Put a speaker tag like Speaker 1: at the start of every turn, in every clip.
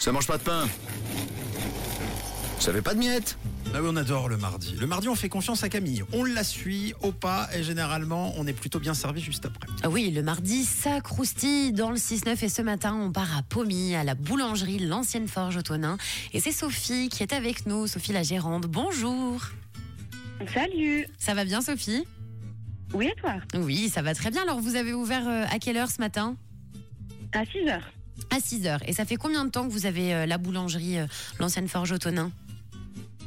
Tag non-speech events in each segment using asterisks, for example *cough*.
Speaker 1: Ça mange pas de pain. Ça fait pas de miettes.
Speaker 2: Ah oui, on adore le mardi. Le mardi, on fait confiance à Camille. On la suit au pas et généralement, on est plutôt bien servi juste après.
Speaker 3: Ah Oui, le mardi, ça croustille dans le 6-9 et ce matin, on part à Pommy, à la boulangerie L'Ancienne Forge au Tonin. Et c'est Sophie qui est avec nous, Sophie la gérante. Bonjour
Speaker 4: Salut.
Speaker 3: Ça va bien Sophie
Speaker 4: Oui, et toi
Speaker 3: Oui, ça va très bien. Alors, vous avez ouvert euh, à quelle heure ce matin
Speaker 4: À 6 heures.
Speaker 3: À 6 heures. Et ça fait combien de temps que vous avez euh, la boulangerie euh, L'Ancienne Forge au Tonin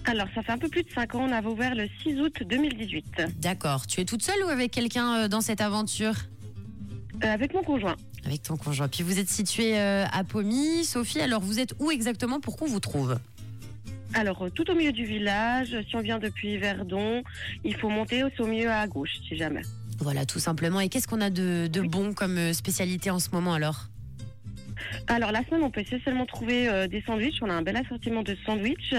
Speaker 4: Alors, ça fait un peu plus de 5 ans. On avait ouvert le 6 août 2018 euh,
Speaker 3: D'accord. Tu es toute seule ou avec quelqu'un euh, dans cette aventure
Speaker 4: Euh, avec mon conjoint.
Speaker 3: Avec ton conjoint. Puis vous êtes située euh, à Pommy. Sophie, alors vous êtes où exactement pour qu'on vous trouve
Speaker 4: Alors, euh, tout au milieu du village, si on vient depuis Verdon, il faut monter au mieux à gauche, si jamais.
Speaker 3: Voilà, tout simplement. Et qu'est-ce qu'on a de, de bon comme euh, spécialité en ce moment alors
Speaker 4: Alors, la semaine, on peut seulement trouver euh, des sandwichs. On a un bel assortiment de sandwichs,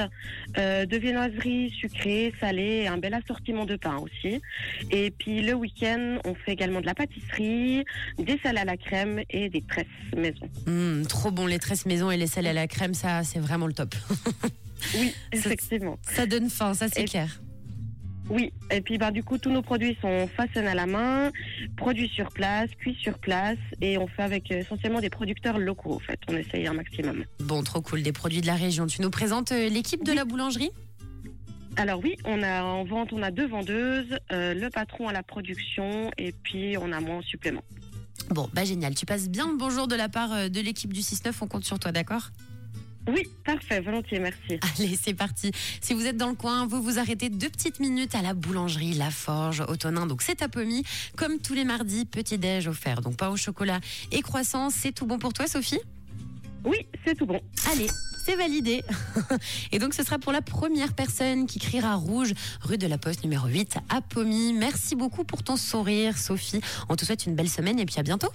Speaker 4: euh, de viennoiseries sucrées, salées, et un bel assortiment de pain aussi. Et puis, le week-end, on fait également de la pâtisserie, des salades à la crème et des tresses maison.
Speaker 3: Hum, Trop bon, les tresses maison et les sels à la crème, ça c'est vraiment le top.
Speaker 4: Oui,
Speaker 3: Ça-
Speaker 4: effectivement.
Speaker 3: Ça donne faim, ça c'est
Speaker 4: Et-
Speaker 3: clair.
Speaker 4: Oui, et puis bah, du coup, tous nos produits sont façonnés à la main, produits sur place, cuits sur place, et on fait avec euh, essentiellement des producteurs locaux, en fait. On essaye un maximum.
Speaker 3: Bon, trop cool, des produits de la région. Tu nous présentes euh, l'équipe de la boulangerie
Speaker 4: Alors oui, on a en vente, on a deux vendeuses, euh, le patron à la production, et puis on a moi en supplément.
Speaker 3: Bon, bah génial. Tu passes bien le bonjour de la part euh, de l'équipe du 6-9, on compte sur toi, d'accord *laughs*
Speaker 4: Oui, parfait, volontiers, merci.
Speaker 3: Allez, c'est parti. Si vous êtes dans le coin, vous vous arrêtez deux petites minutes à la boulangerie La Forge au Tonin. Donc c'est à Pommy, comme tous les mardis, petit-déj offert. Donc pain au chocolat et croissant, c'est tout bon pour toi, Sophie
Speaker 4: Oui, c'est tout bon.
Speaker 3: Allez, c'est validé. *laughs* Et donc ce sera pour la première personne qui criera rouge, rue de la Poste numéro 8 à Pommy. Merci beaucoup pour ton sourire, Sophie. On te souhaite une belle semaine et puis à bientôt.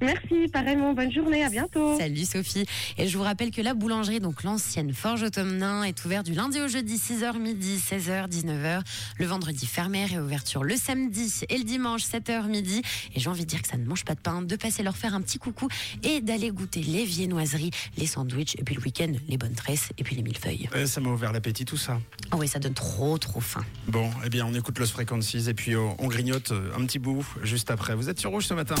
Speaker 4: Merci, pareillement, bonne journée, à bientôt.
Speaker 3: Salut Sophie. Et je vous rappelle que la boulangerie, donc l'ancienne Forge Automnin, est ouverte du lundi au jeudi 6h midi, 16h, 19h. Le vendredi fermé, réouverture le samedi et le dimanche 7h midi. Et j'ai envie de dire que ça ne mange pas de pain, de passer leur faire un petit coucou et d'aller goûter les viennoiseries, les sandwichs, et puis le week-end, les bonnes tresses, et puis les millefeuilles.
Speaker 2: Euh, ça m'a ouvert l'appétit tout ça.
Speaker 3: Ah oui, ça donne trop trop faim.
Speaker 2: Bon, eh bien, on écoute Los Frequencies et puis euh, on grignote euh, un petit bout juste après. Vous êtes sur rouge ce matin.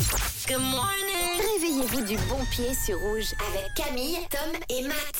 Speaker 5: Réveillez-vous du bon pied sur rouge avec Camille, Tom et Matt.